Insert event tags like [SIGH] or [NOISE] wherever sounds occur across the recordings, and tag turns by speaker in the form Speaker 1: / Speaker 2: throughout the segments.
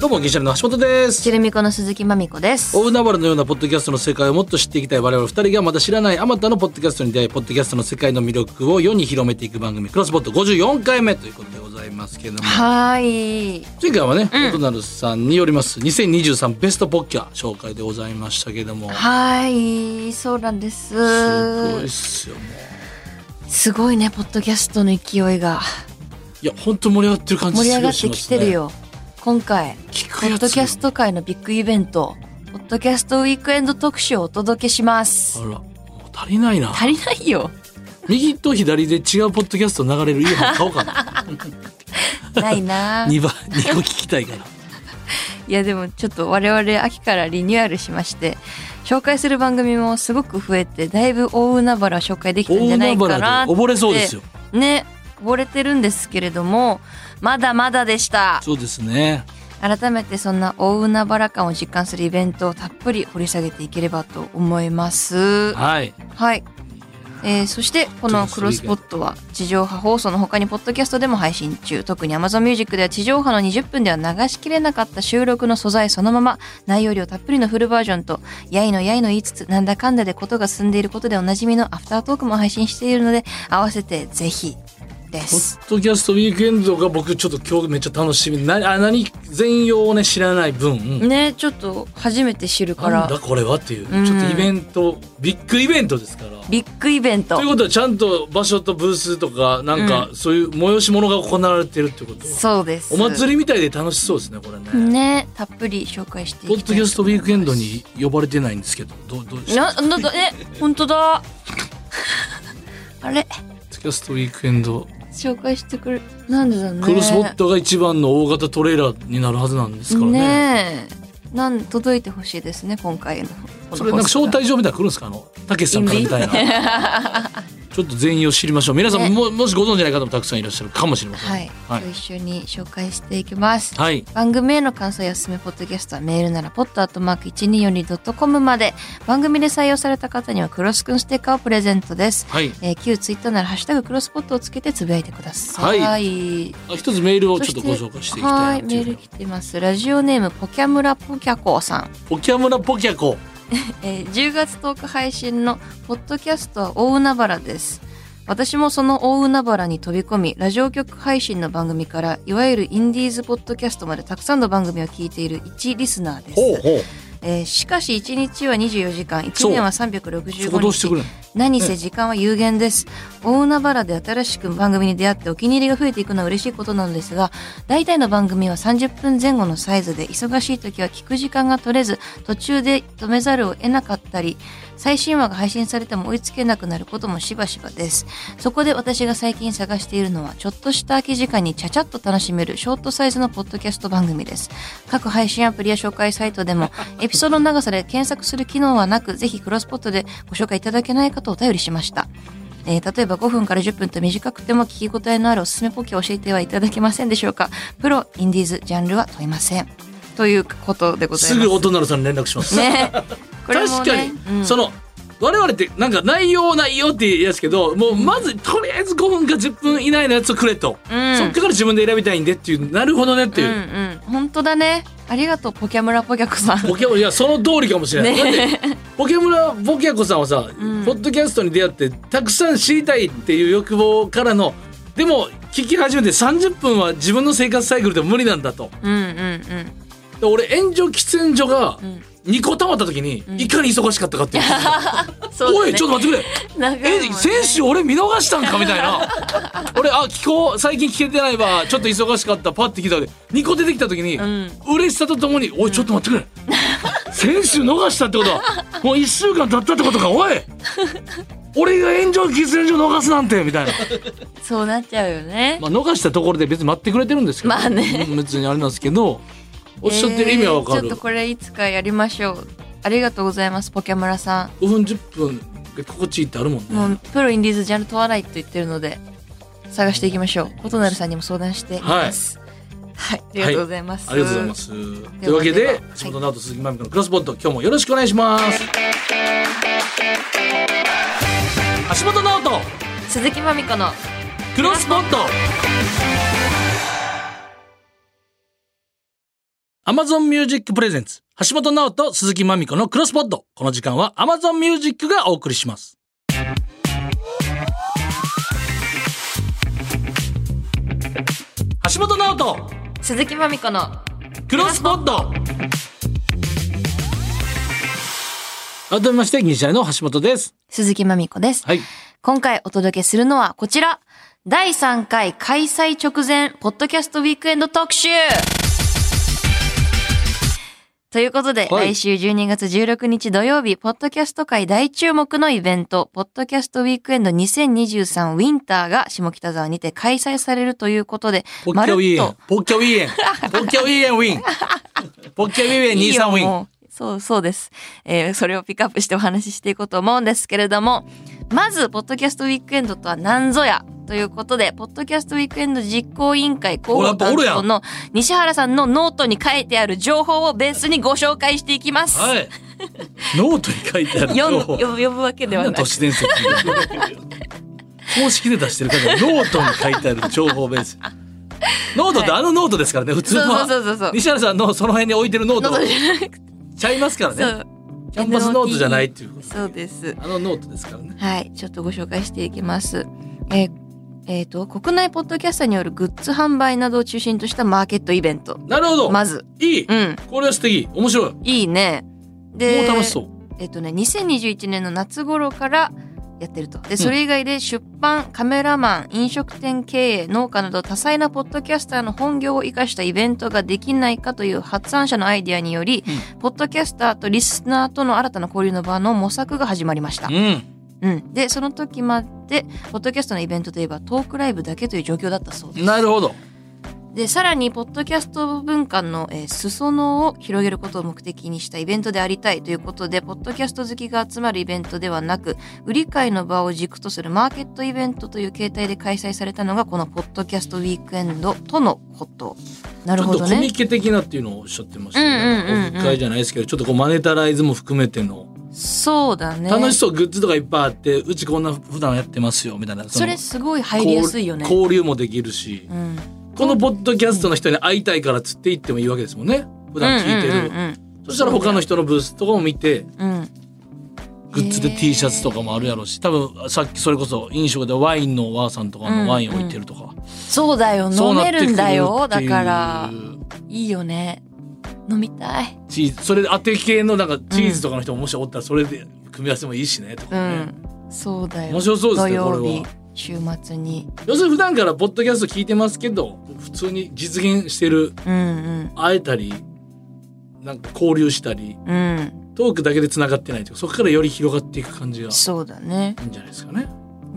Speaker 1: どうもギシャルの橋本です
Speaker 2: ちるみこの鈴木まみこです
Speaker 1: 大海原のようなポッドキャストの世界をもっと知っていきたい我々二人がまだ知らないあまたのポッドキャストに出会いポッドキャストの世界の魅力を世に広めていく番組「クロスポット54回目ということでございますけれども
Speaker 2: はーい
Speaker 1: 前回はね、おとなるさんによります2023ベストポッキャ紹介でございましたけれども
Speaker 2: はーいそうなんです
Speaker 1: すごいっすよもう
Speaker 2: すごいねポッドキャストの勢いが
Speaker 1: いや本当盛り上がってる感じす
Speaker 2: 盛り
Speaker 1: ごい
Speaker 2: 上がっ
Speaker 1: してま
Speaker 2: き
Speaker 1: すね
Speaker 2: てるよ今回
Speaker 1: 聞く
Speaker 2: ポ
Speaker 1: やつ
Speaker 2: ッドキャスト界のビッグイベントポッドキャストウィークエンド特集をお届けします
Speaker 1: あらもう足りないな
Speaker 2: 足りな
Speaker 1: [LAUGHS]
Speaker 2: いよ
Speaker 1: 右と左で違うポッドキャスト流れるイヤホン買おうか
Speaker 2: [LAUGHS]
Speaker 1: な
Speaker 2: ないな
Speaker 1: 2番2個聞きたいから
Speaker 2: いやでもちょっと我々秋からリニューアルしまして紹介する番組もすごく増えてだいぶ大海原を紹介できたんじゃないかなって
Speaker 1: 大海原で溺れそうですよ
Speaker 2: ね溺れてるんですけれどもまだまだでした
Speaker 1: そうですね
Speaker 2: 改めてそんな大海原感を実感するイベントをたっぷり掘り下げていければと思います
Speaker 1: はい
Speaker 2: はい、えーそしてこの「クロスポット」は地上波放送の他にポッドキャストでも配信中特に AmazonMusic では地上波の20分では流しきれなかった収録の素材そのまま内容量たっぷりのフルバージョンとやいのやいの言いつつなんだかんだでことが進んでいることでおなじみのアフタートークも配信しているので合わせてぜひで
Speaker 1: ポ
Speaker 2: す
Speaker 1: ッドキャストウィークエンドが僕ちょっと今日めっちゃ楽しみなあ何全容をね知らない分、うん
Speaker 2: ねちょっと初めて知るか
Speaker 1: なんだ
Speaker 2: ら
Speaker 1: これはっていう、
Speaker 2: ん
Speaker 1: ちょっとイベントビッグイベントですから
Speaker 2: ビッグイベント
Speaker 1: ということはちゃんと場所とブースとかなんかそういう催し物が行われてるってこと、
Speaker 2: そうです
Speaker 1: お祭りみたいで楽しそうですねこれね、
Speaker 2: ねたっぷり紹介してい
Speaker 1: ポッ
Speaker 2: き
Speaker 1: ド
Speaker 2: たい
Speaker 1: キャストウィークエンドに呼ばれてないんですけどどうどうでした
Speaker 2: な、なんだ、え、本当だ。あれ、
Speaker 1: ポッドキャストウィークエンド
Speaker 2: 紹介してくれ、なんでだろうね。
Speaker 1: クロスボットが一番の大型トレーラーになるはずなんですからね
Speaker 2: ねえ。なん、届いてほしいですね、今回の。
Speaker 1: それなんか招待状みたいなの来るんですかあのたけしさんからみたいなちょっと全員を知りましょう皆さんも、
Speaker 2: ね
Speaker 1: ももしご存じない方もたくさんいらっしゃるかもしれません
Speaker 2: はい、
Speaker 1: はい
Speaker 2: 今日一緒に紹介していきます。
Speaker 1: はい
Speaker 2: 番組への感想やおすすめポッドキャストはメールならポットアットマーク 1242.com まで番組で採用された方にはクロスくんステッカーをプレゼントです、
Speaker 1: はい
Speaker 2: えー旧ツイッターなら「ハッシュタグクロスポット」をつけてつぶやいてください、
Speaker 1: はあ一つメールを
Speaker 2: そ
Speaker 1: ちょ
Speaker 2: し
Speaker 1: ってとご紹介していき
Speaker 2: は
Speaker 1: た
Speaker 2: い
Speaker 1: いなって
Speaker 2: メ
Speaker 1: い
Speaker 2: ール
Speaker 1: う
Speaker 2: 来てますラジオネームポキャムラポキャコーさん、
Speaker 1: ポキャムラポキャコ
Speaker 2: えー10月10日配信の「ポッドキャストは大海原」です私もその大海原に飛び込みラジオ局配信の番組からいわゆるインディーズポッドキャストまでたくさんの番組を聞いている一リスナーです、
Speaker 1: ほう
Speaker 2: えーしかし1日は24時間1
Speaker 1: そう
Speaker 2: 年は
Speaker 1: そこど
Speaker 2: 365
Speaker 1: うしてくれんの
Speaker 2: 日何せ時間は有限です、大海原で新しく番組に出会ってお気に入りが増えていくのは嬉しいことなのですが大体の番組は30分前後のサイズで忙しい時は聞く時間が取れず途中で止めざるを得なかったり最新話が配信されても追いつけなくなることもしばしばですそこで私が最近探しているのはちょっとした空き時間にちゃちゃっと楽しめるショートサイズのポッドキャスト番組です各配信アプリや紹介サイトで
Speaker 1: [LAUGHS]
Speaker 2: もエピソードの長さで検索する機能はなくぜひクロスポットでご紹介いただけないかとお便りしましたえー例えば5分から10分と短くても聞き応えのあるおすすめポケを教えてはいただけませんでしょうかプロインディーズジャンルは問いませんということでござい
Speaker 1: す
Speaker 2: ます
Speaker 1: ぐ音なるさんに連絡します
Speaker 2: ね [LAUGHS] これもね
Speaker 1: 確かに、
Speaker 2: うん
Speaker 1: その我々ってなんか内容ないよって言いやすけどもうまずとりあえず5分か10分以内のやつをくれと、
Speaker 2: うん
Speaker 1: そっから自分で選びたいんでっていうなるほどねっていう
Speaker 2: う、んうん本当だねありがとうポキャムラポキャコさん
Speaker 1: ポケモンいやその通りかもしれない、だってポケムラポケコさんはさ、ポッドキャストに出会ってたくさん知りたいっていう欲望からのでも聞き始めて30分は自分の生活サイクルでも無理なんだと
Speaker 2: うんうんうん
Speaker 1: で俺炎上喫煙所が
Speaker 2: ん
Speaker 1: 2個たまった時に、いかに忙しかったかって
Speaker 2: [LAUGHS]
Speaker 1: いう、おいちょっと待ってくれ
Speaker 2: 長いもん
Speaker 1: え
Speaker 2: ね
Speaker 1: 先週俺見逃したんかみたいな
Speaker 2: [LAUGHS]
Speaker 1: 俺あ聞こう最近聞けてないわちょっと忙しかったパッて聞いたら2個出てきた時に、
Speaker 2: ん
Speaker 1: 嬉しさとともに「おいちょっと待ってくれ、先週逃したってことはもう1週間経ったってことかお
Speaker 2: [LAUGHS]
Speaker 1: い俺が炎上喫煙所逃すなんて」みたいな、
Speaker 2: そうなっちゃうよね
Speaker 1: まあ、逃したところで別に待ってくれてるんですけど、
Speaker 2: まあね
Speaker 1: うん別にあれなんですけどおっしゃってる意味はわか
Speaker 2: え
Speaker 1: る、
Speaker 2: ーちょっとこれいつかやりましょうありがとうございますポキャムラさ
Speaker 1: 5分10分が心地いいってあるもん
Speaker 2: ん
Speaker 1: ね
Speaker 2: もうプロインディーズジャンル問わないと言ってるので探していきましょう琴成さんにも相談していますはい、ありがとうございます、
Speaker 1: ありがとうございます。というわけ
Speaker 2: では
Speaker 1: で
Speaker 2: はい、
Speaker 1: 橋本直人、鈴木まみこのクロスポット、今日もよろしくお願いします。橋本直人、
Speaker 2: 鈴木まみこの
Speaker 1: クロスポット。Amazon Music Presents 橋本直人、鈴木まみこのクロスポット。この時間は Amazon Music がお送りします。橋本直人。
Speaker 2: 鈴木まみこの
Speaker 1: クロスポット改めまして、銀シャリの橋本です。
Speaker 2: 鈴木まみこです、
Speaker 1: はい。
Speaker 2: 今回お届けするのはこちら第3回開催直前ポッドキャストウィークエンド特集ということで、
Speaker 1: はい
Speaker 2: 来週12月16日土曜日、ポッドキャスト界大注目のイベント、ポッドキャストウィークエンド2023ウィンターが下北沢にて開催されるということで、
Speaker 1: ポッキャウィーエン。ポッキャウィーエン。ポッキャウィーエンウ
Speaker 2: [LAUGHS]
Speaker 1: ィン。ポッキャウィーエン
Speaker 2: いい
Speaker 1: 23
Speaker 2: よ
Speaker 1: ウィン。
Speaker 2: もうそう、そうです。えーそれをピックアップしてお話ししていこうと思うんですけれども、まず、ポッドキャストウィークエンドとは何ぞやということで、ポッドキャストウィークエンド実行委員会広報担
Speaker 1: ほらやっぱお
Speaker 2: 当
Speaker 1: る
Speaker 2: の西原さんのノートに書いてある情報をベースにご紹介していきます。
Speaker 1: はい。ノートに書いてある
Speaker 2: 読
Speaker 1: 情
Speaker 2: ん
Speaker 1: 報。
Speaker 2: 呼ぶ呼ぶわけでは
Speaker 1: 何
Speaker 2: な
Speaker 1: 都
Speaker 2: い。
Speaker 1: 市伝説。公式で出してるから、ノートに書いてある情報ベー
Speaker 2: [LAUGHS]
Speaker 1: ス。ノートってあのノートですからね、普通
Speaker 2: そうそう
Speaker 1: は。
Speaker 2: そうそう。
Speaker 1: 西原さんのその辺に置いてるノー
Speaker 2: ノート
Speaker 1: ト
Speaker 2: じゃなくて
Speaker 1: ちゃいますから
Speaker 2: そ
Speaker 1: ね。
Speaker 2: う
Speaker 1: キャンパスノートじゃないっていうこと。
Speaker 2: そうです。
Speaker 1: あのノートですからね。
Speaker 2: はい、ちょっとご紹介していきます。えーえーと国内ポッドキャスターによるグッズ販売などを中心としたマーケットイベント
Speaker 1: なるほど。
Speaker 2: まず
Speaker 1: いい。
Speaker 2: うん
Speaker 1: これは素敵。面白い。
Speaker 2: いいね
Speaker 1: も
Speaker 2: で
Speaker 1: う楽しそう。
Speaker 2: えっ、とね2021年の夏頃からやってるとでそれ以外で出版、カメラマン飲食店経営農家など多彩なポッドキャスターの本業を生かしたイベントができないかという発案者のアイデアにより、ポッドキャスターとリスナーとの新たな交流の場の模索が始まりました
Speaker 1: う、ん。
Speaker 2: うん、でその時までポッドキャストのイベントといえばトークライブだけという状況だったそうです
Speaker 1: なるほど。
Speaker 2: でさらにポッドキャスト文化の、えー裾野を広げることを目的にしたイベントでありたいということでポッドキャスト好きが集まるイベントではなく売り買いの場を軸とするマーケットイベントという形態で開催されたのがこのポッドキャストウィークエンドとのことな
Speaker 1: ち
Speaker 2: る
Speaker 1: ょ
Speaker 2: ほ
Speaker 1: っと
Speaker 2: ど
Speaker 1: コミ
Speaker 2: ね
Speaker 1: ケ的なっていうのをおっしゃってました
Speaker 2: うんうんうんうん
Speaker 1: ね。オフ会じゃないですけど、ちょっとこうマネタライズも含めての。
Speaker 2: そうだね
Speaker 1: 楽しそう、グッズとかいっぱいあって、うちこんな普段やってますよ、みたいな。
Speaker 2: それ
Speaker 1: の
Speaker 2: すごい入りやすいよね
Speaker 1: 交交流もできるし
Speaker 2: う、ん
Speaker 1: このポッドキャストの人に会いたいからつって行ってもいいわけですもんね。普段聞いて
Speaker 2: う
Speaker 1: る。
Speaker 2: ん
Speaker 1: そしたら他の人のブースとかも見て、
Speaker 2: うんうんうん
Speaker 1: グッズで T シャツとかもあるやろうし、多分さっきそれこそ飲食でワインのおばあさんとかのワイン置いてるとか。
Speaker 2: そうだよ
Speaker 1: そう
Speaker 2: 飲
Speaker 1: なっ
Speaker 2: め
Speaker 1: てく
Speaker 2: るんだよ
Speaker 1: って
Speaker 2: だ
Speaker 1: いう
Speaker 2: からいいよね飲みたい
Speaker 1: チーズそれで当て系のなんかチーズとかの人ももしおったらそれで組み合わせもいいしねと
Speaker 2: う
Speaker 1: かね、
Speaker 2: ん、そうだよ。
Speaker 1: 面白そうですね
Speaker 2: 土曜
Speaker 1: これ
Speaker 2: 日
Speaker 1: は
Speaker 2: 週末に、
Speaker 1: 要するに普段からポッドキャスト聞いてますけど普通に実現してる
Speaker 2: うん
Speaker 1: 会えたりなんか交流したり
Speaker 2: うんうん、
Speaker 1: トークだけで繋がってないというかそこからより広がっていく感じがい
Speaker 2: そうだね。
Speaker 1: いんじゃないですかね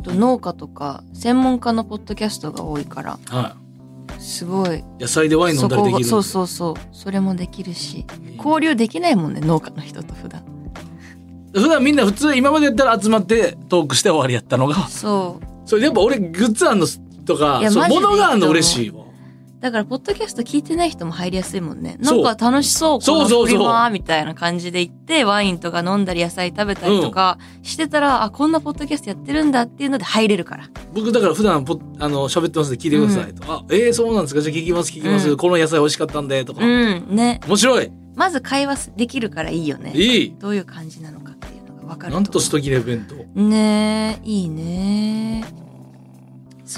Speaker 2: あと農家とか専門家のポッドキャストが多いから、
Speaker 1: は
Speaker 2: すごい。
Speaker 1: い野菜でワイン飲ん
Speaker 2: そ
Speaker 1: だり
Speaker 2: こ
Speaker 1: できるん
Speaker 2: を
Speaker 1: で
Speaker 2: そうそうそう、それもできるし、
Speaker 1: いい
Speaker 2: 交流できないもんね農家の人と普段。
Speaker 1: 普段みんな普通今までやったら集まってトークして終わりやったのが
Speaker 2: そう。
Speaker 1: それやっぱ俺グッズ案のと
Speaker 2: い
Speaker 1: か
Speaker 2: や
Speaker 1: そう
Speaker 2: マジでいいと
Speaker 1: 物
Speaker 2: 思う
Speaker 1: があんの嬉しいわ
Speaker 2: だからポッドキャスト聞いてない人も入りやすいもんね。な
Speaker 1: そ
Speaker 2: ん
Speaker 1: う
Speaker 2: か楽しそう、
Speaker 1: そう
Speaker 2: こ
Speaker 1: そ
Speaker 2: の
Speaker 1: う
Speaker 2: フリ
Speaker 1: そう
Speaker 2: マみたいな感じで行ってワインとか飲んだり野菜食べたりとかしてたら、あこんなポッドキャストやってるんだっていうので入れるから。
Speaker 1: 僕だから普段ポッあの喋ってますんで聞いてくださいと、あえー、そうなんですかじゃあ聞きます聞きます、
Speaker 2: うん
Speaker 1: この野菜美味しかったんでとか、
Speaker 2: うんね。
Speaker 1: 面白い
Speaker 2: まず会話できるからいいよね。
Speaker 1: いい
Speaker 2: どういう感じなのかっていうのが分かる
Speaker 1: なんとしと
Speaker 2: き
Speaker 1: きれ弁当
Speaker 2: ねえいいね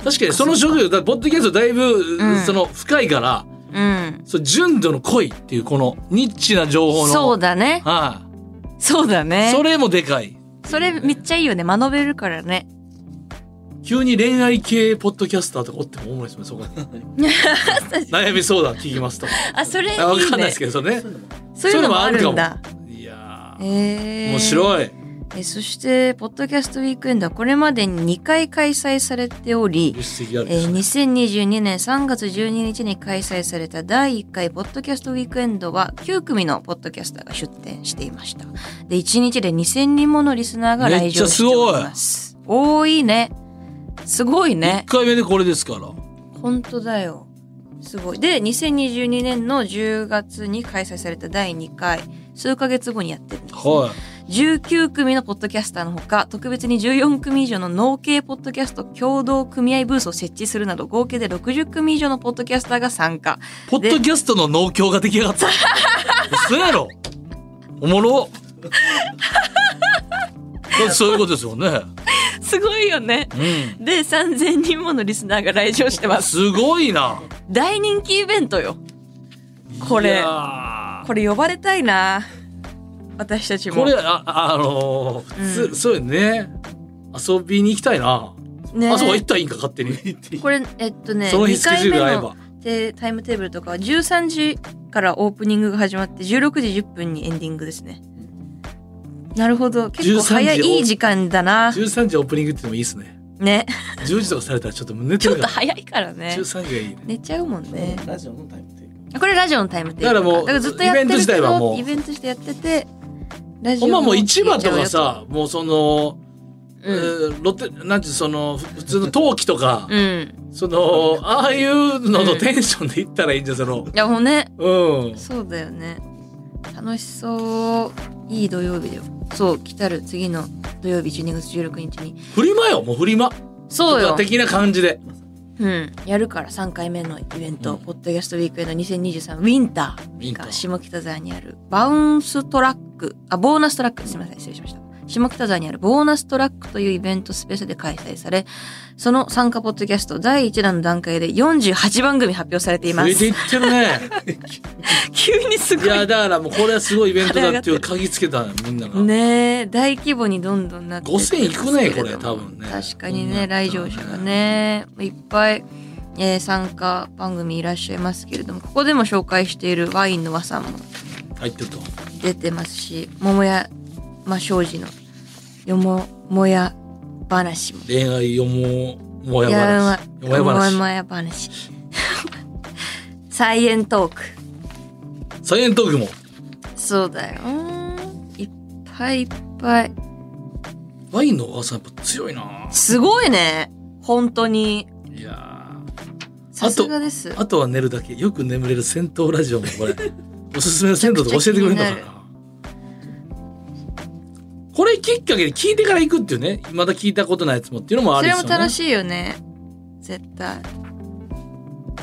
Speaker 1: 確かにその
Speaker 2: そ
Speaker 1: 職業だからポッドキャストだいぶ、
Speaker 2: うん
Speaker 1: その深いから
Speaker 2: うん
Speaker 1: そう純度の濃いっていうこのニッチな情報の
Speaker 2: そうだね
Speaker 1: はい、
Speaker 2: そうだね
Speaker 1: それもでかい
Speaker 2: それめっちゃいいよね学べるからね
Speaker 1: 急に恋愛系ポッドキャスターとかおってもおもろいですねそ
Speaker 2: [LAUGHS]
Speaker 1: こ悩み相談聞きますとか
Speaker 2: あそれいいね
Speaker 1: あわかんないですけどね
Speaker 2: そういうのもあるん
Speaker 1: そういうのもあ
Speaker 2: だ
Speaker 1: いやー、
Speaker 2: えー、
Speaker 1: 面白い
Speaker 2: えそしてポッドキャストウィークエンドはこれまでに2回開催されており
Speaker 1: 実績あるん
Speaker 2: え
Speaker 1: です
Speaker 2: ー
Speaker 1: ね
Speaker 2: 2022年3月12日に開催された第1回ポッドキャストウィークエンドは9組のポッドキャスターが出展していましたで1日で2000人ものリスナーが来場しております多いねすごいね
Speaker 1: 1回目でこれですから
Speaker 2: 本当だよすごいで2022年の10月に開催された第2回数ヶ月後にやってるんです
Speaker 1: はい
Speaker 2: 19組のポッドキャスターのほか特別に14組以上の農系ポッドキャスト共同組合ブースを設置するなど合計で60組以上のポッドキャスターが参加
Speaker 1: ポッドキャストの農協が出来上がった
Speaker 2: [LAUGHS]
Speaker 1: 嘘やろおもろだってそういうことですよね
Speaker 2: すごいよね
Speaker 1: うん
Speaker 2: で3000人ものリスナーが来場してます
Speaker 1: すごいな
Speaker 2: 大人気イベントよこれ
Speaker 1: いやー
Speaker 2: これ呼ばれたいな私たちも
Speaker 1: これあああのー
Speaker 2: うん
Speaker 1: すそうよね遊びに行きたいな、
Speaker 2: ね
Speaker 1: あそうか行ったらいいんか勝手に
Speaker 2: これえっとね
Speaker 1: その日
Speaker 2: 2
Speaker 1: スケ
Speaker 2: 回
Speaker 1: ジュー
Speaker 2: 目
Speaker 1: ルが合えば
Speaker 2: のでタイムテーブルとかは13時からオープニングが始まって16時10分にエンディングですねなるほど結構早い
Speaker 1: 13時を
Speaker 2: いい時間だな
Speaker 1: 13時オープニングっていうのもいいですね
Speaker 2: ね
Speaker 1: 10時とかされたらちょっと寝て
Speaker 2: ちょ
Speaker 1: る
Speaker 2: っ
Speaker 1: か
Speaker 2: と
Speaker 1: ら
Speaker 2: 早いからね
Speaker 1: 13時がいいね
Speaker 2: 寝ちゃうもんね
Speaker 1: ラジオのタイムテーブル
Speaker 2: これラジオのタイムテーブ
Speaker 1: だから
Speaker 2: ル
Speaker 1: もう
Speaker 2: ずっとやって
Speaker 1: イベン
Speaker 2: るけど
Speaker 1: ト自体はもう
Speaker 2: イベントしてやっててラジ
Speaker 1: ほ
Speaker 2: オ
Speaker 1: んまもう
Speaker 2: 聞いちゃ
Speaker 1: 市
Speaker 2: よ
Speaker 1: 場とかさもうその、え
Speaker 2: うん、
Speaker 1: ーロッテなんていうそのふ普通の陶器とか、
Speaker 2: うん、
Speaker 1: そのああいうののテンションで行ったらいいんじゃんその
Speaker 2: いやもうね
Speaker 1: うん
Speaker 2: そうだよね楽しそういい土曜日だよそう来たる次の土曜日12月16日に
Speaker 1: フリマよもうフリマと
Speaker 2: そう
Speaker 1: か
Speaker 2: よ
Speaker 1: 的な感じで
Speaker 2: うん、やるから3回目のイベント、
Speaker 1: うん
Speaker 2: ポッドキャストウィークエンド2023ウィンタ
Speaker 1: ウィ
Speaker 2: ー
Speaker 1: ンタ
Speaker 2: が
Speaker 1: ー
Speaker 2: 下北沢にあるバウンストラックあボーナストラックすみません失礼しました下北沢にあるボーナストラックというイベントスペースで開催されその参加ポッドキャスト第1弾の段階で48番組発表されていま
Speaker 1: 増えてい
Speaker 2: す
Speaker 1: ってるね
Speaker 2: [LAUGHS] 急にすご
Speaker 1: い
Speaker 2: い
Speaker 1: やだからもうこれはすごいイベントだっていう鍵つけたみんなが、
Speaker 2: ねえ大規模にどんどんなってって
Speaker 1: 5000いくね
Speaker 2: ますけれども
Speaker 1: これ多分ね
Speaker 2: 確かに
Speaker 1: う
Speaker 2: ね
Speaker 1: ん
Speaker 2: 来場者がねいっぱい、えー参加番組いらっしゃいますけれどもここでも紹介しているワインの和さんも
Speaker 1: 入ってると
Speaker 2: 出てますし桃屋まあ庄司のよももや話も
Speaker 1: 恋愛よももや
Speaker 2: や
Speaker 1: 話よもや話
Speaker 2: もや話サイエントーク
Speaker 1: サイエントークも
Speaker 2: そうだよいっぱいいっぱい
Speaker 1: ワインの朝やっぱ強いな
Speaker 2: すごいね本当に
Speaker 1: いや
Speaker 2: さすがです
Speaker 1: ーあとは寝るだけよく眠れる銭湯ラジオも
Speaker 2: [LAUGHS]
Speaker 1: これおすすめの銭湯とか教えてくれるんだか
Speaker 2: めちゃくちゃ気になる
Speaker 1: らこれきっかけで聞いてから行くっていうねまだ聞いたことないやつもっていうのもあ
Speaker 2: そ
Speaker 1: るで
Speaker 2: れ
Speaker 1: す
Speaker 2: も
Speaker 1: よね
Speaker 2: 楽しいよね絶対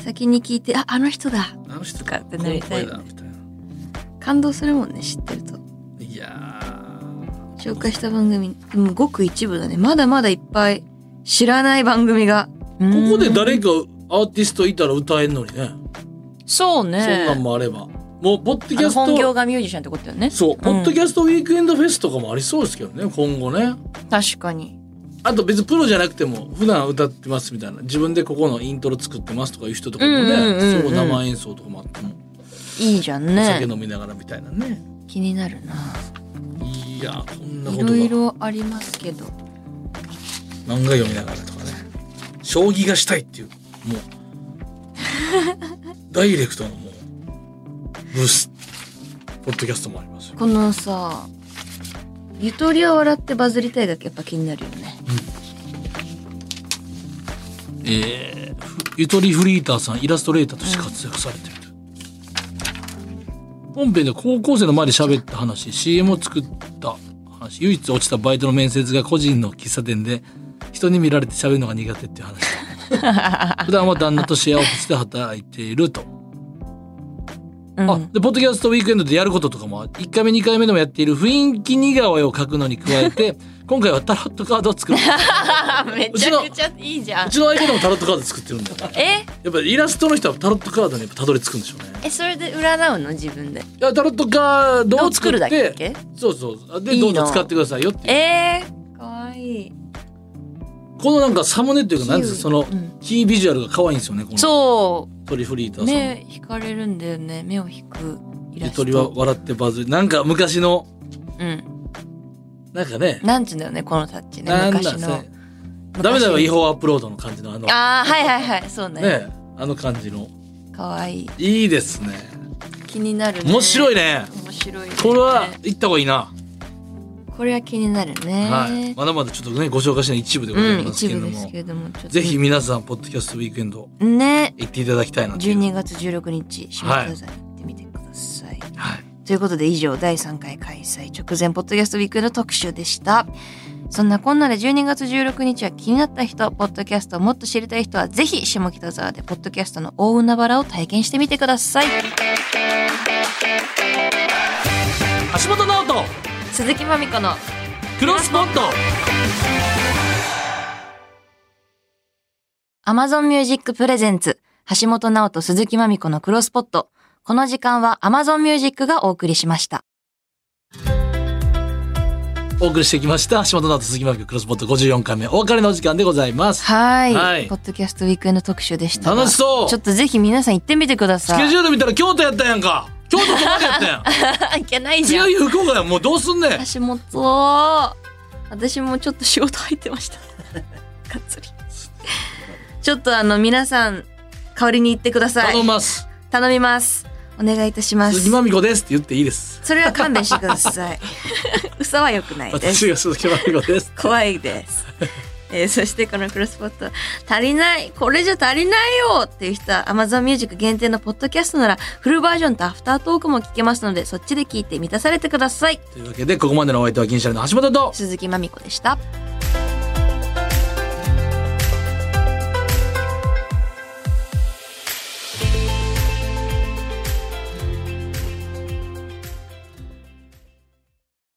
Speaker 2: 先に聞いてああの人だ
Speaker 1: あの人
Speaker 2: とか
Speaker 1: か
Speaker 2: ってなりたい
Speaker 1: こ
Speaker 2: よね
Speaker 1: の声だみたいな
Speaker 2: 感動するもんね知ってると
Speaker 1: いや
Speaker 2: 紹介した番組でもごく一部だねまだまだいっぱい知らない番組が
Speaker 1: ーここで
Speaker 2: うん
Speaker 1: 誰かアーティストいたら歌えんのにね
Speaker 2: そうね
Speaker 1: そんなんもあればもうポッドキ
Speaker 2: あ
Speaker 1: ャ
Speaker 2: の
Speaker 1: スト
Speaker 2: 本業がミュージシャンってことだよね
Speaker 1: そう、ポッドキャストウィークエンドフェスとかもありそうですけどね今後ね
Speaker 2: 確かに
Speaker 1: あと別にプロじゃなくても普段歌ってますみたいな自分でここのイントロ作ってますとかいう人とかもね、
Speaker 2: うんうんうんうん
Speaker 1: そう生演奏とかもあっても、
Speaker 2: いいじゃん
Speaker 1: お酒
Speaker 2: ね
Speaker 1: 飲みながらみたいなね
Speaker 2: 気になるない
Speaker 1: やーこんなこ
Speaker 2: い
Speaker 1: とが
Speaker 2: ろいろありますけど
Speaker 1: 漫画読みながらとかね将棋がしたいっていうもうダイレクトのもうブースポッドキャストもありますよ
Speaker 2: このさゆとりは笑ってバズりたいだけやっぱ気になるよね
Speaker 1: えーふゆとりフリーターさんイラストレーターとして活躍されている、本編で高校生の前で喋った話 CM を作った話唯一落ちたバイトの面接が個人の喫茶店で人に見られて喋るのが苦手っていう話
Speaker 2: [LAUGHS]
Speaker 1: 普段は旦那とシェアオフィスで働いていると、
Speaker 2: うん
Speaker 1: あでポッドキャストウィークエンドでやることとかも1回目2回目でもやっている雰囲気似顔絵を描くのに加え
Speaker 2: [LAUGHS]
Speaker 1: て今回はタロットカードを作る
Speaker 2: め
Speaker 1: ちゃくち
Speaker 2: ゃいいじゃ
Speaker 1: う。ちの相方もタロットカード作ってるんだよね
Speaker 2: え
Speaker 1: やっぱりイラストの人はタロットカードにやっぱたどり着くんでしょうね
Speaker 2: えそれで占うの自分で。
Speaker 1: いやタロットカードを作って
Speaker 2: どう作るだけだっけ
Speaker 1: そうそうで
Speaker 2: いいな
Speaker 1: どうぞ使ってくださいよっていう
Speaker 2: えー、かわいい。
Speaker 1: このなんかサムネっていうかなんですかその
Speaker 2: うん
Speaker 1: キービジュアルが可愛いんですよねこの
Speaker 2: そ
Speaker 1: トリフリータ
Speaker 2: う
Speaker 1: ーさんの
Speaker 2: 目引かれるんだよね目を引くイラ
Speaker 1: ゆ
Speaker 2: スト。
Speaker 1: とりは笑ってバズりなんか昔の
Speaker 2: うん。
Speaker 1: なんかね
Speaker 2: なんつうんだよねこのタッチね
Speaker 1: なんだ
Speaker 2: 昔
Speaker 1: ね
Speaker 2: の。
Speaker 1: ダメだよ違
Speaker 2: 昔
Speaker 1: 法アップロードの感じのあのね
Speaker 2: ああはいはいはいそうね。
Speaker 1: あの感じの
Speaker 2: 可愛いい
Speaker 1: いいですね
Speaker 2: 気になるね。
Speaker 1: 面白い
Speaker 2: ね。
Speaker 1: ね
Speaker 2: 面白い、ね。
Speaker 1: これは行った方がいいな
Speaker 2: これは気になるね。
Speaker 1: はい、まだまだちょっとねご紹介しない一部でござ
Speaker 2: う
Speaker 1: い
Speaker 2: ん、
Speaker 1: ます
Speaker 2: 一
Speaker 1: けれ
Speaker 2: 部
Speaker 1: ど
Speaker 2: です
Speaker 1: も、
Speaker 2: けれども、ちょっと
Speaker 1: ぜひ皆さんポッドキャストウィークエンド
Speaker 2: ね、
Speaker 1: 行っていただきたいなという
Speaker 2: 12月16日、下北沢行ってみてください。
Speaker 1: はい、
Speaker 2: ということで以上、第3回開催直前、ポッドキャストウィークの特集でした。そんなこんなで12月16日は気になった人、ポッドキャストをもっと知りたい人は、ぜひ下北沢でポッドキャストの大海原を体験してみてください。
Speaker 1: 橋本直人
Speaker 2: 鈴木まみこの
Speaker 1: クロスポット
Speaker 2: Amazon Music Presents 橋本直人鈴木まみこのクロスポット。この時間は Amazon Music がお送りしました。
Speaker 1: お送りしてきました橋本直人鈴木真美子クロスポット54回目お別れの時間でございます
Speaker 2: はい
Speaker 1: はい
Speaker 2: ポッドキャストウィークエンド特集でしたが。
Speaker 1: 楽しそう
Speaker 2: ちょっとぜひ皆さん行ってみてくだ
Speaker 1: ス
Speaker 2: さ
Speaker 1: ケ
Speaker 2: い。
Speaker 1: ジ
Speaker 2: [LAUGHS]
Speaker 1: ュール見たら京都やったやんか京都泊まりやったやん
Speaker 2: いけないじゃん。
Speaker 1: 次の日福岡やもうどうすんねん
Speaker 2: 橋本。私もちょっと仕事入ってま
Speaker 1: [LAUGHS]
Speaker 2: した。がっつり。ちょっとあの皆さん、代わりに行ってください
Speaker 1: 頼。みます
Speaker 2: 頼みます。お願いいたします。
Speaker 1: 鈴木まみ子ですって言っていいです
Speaker 2: それは勘弁してくださ
Speaker 1: [LAUGHS]
Speaker 2: い。嘘は良くないです。
Speaker 1: 私が鈴木まみ子です
Speaker 2: 怖いです。えーそしてこのクロスポット足りないこれじゃ足りないよっていう人は Amazon Music 限定のポッドキャストならフルバージョンとアフタートークも聞けますのでそっちで聞いて満たされてください
Speaker 1: というわけでここまでのお相手は銀シャリの橋本と
Speaker 2: 鈴木まみこでした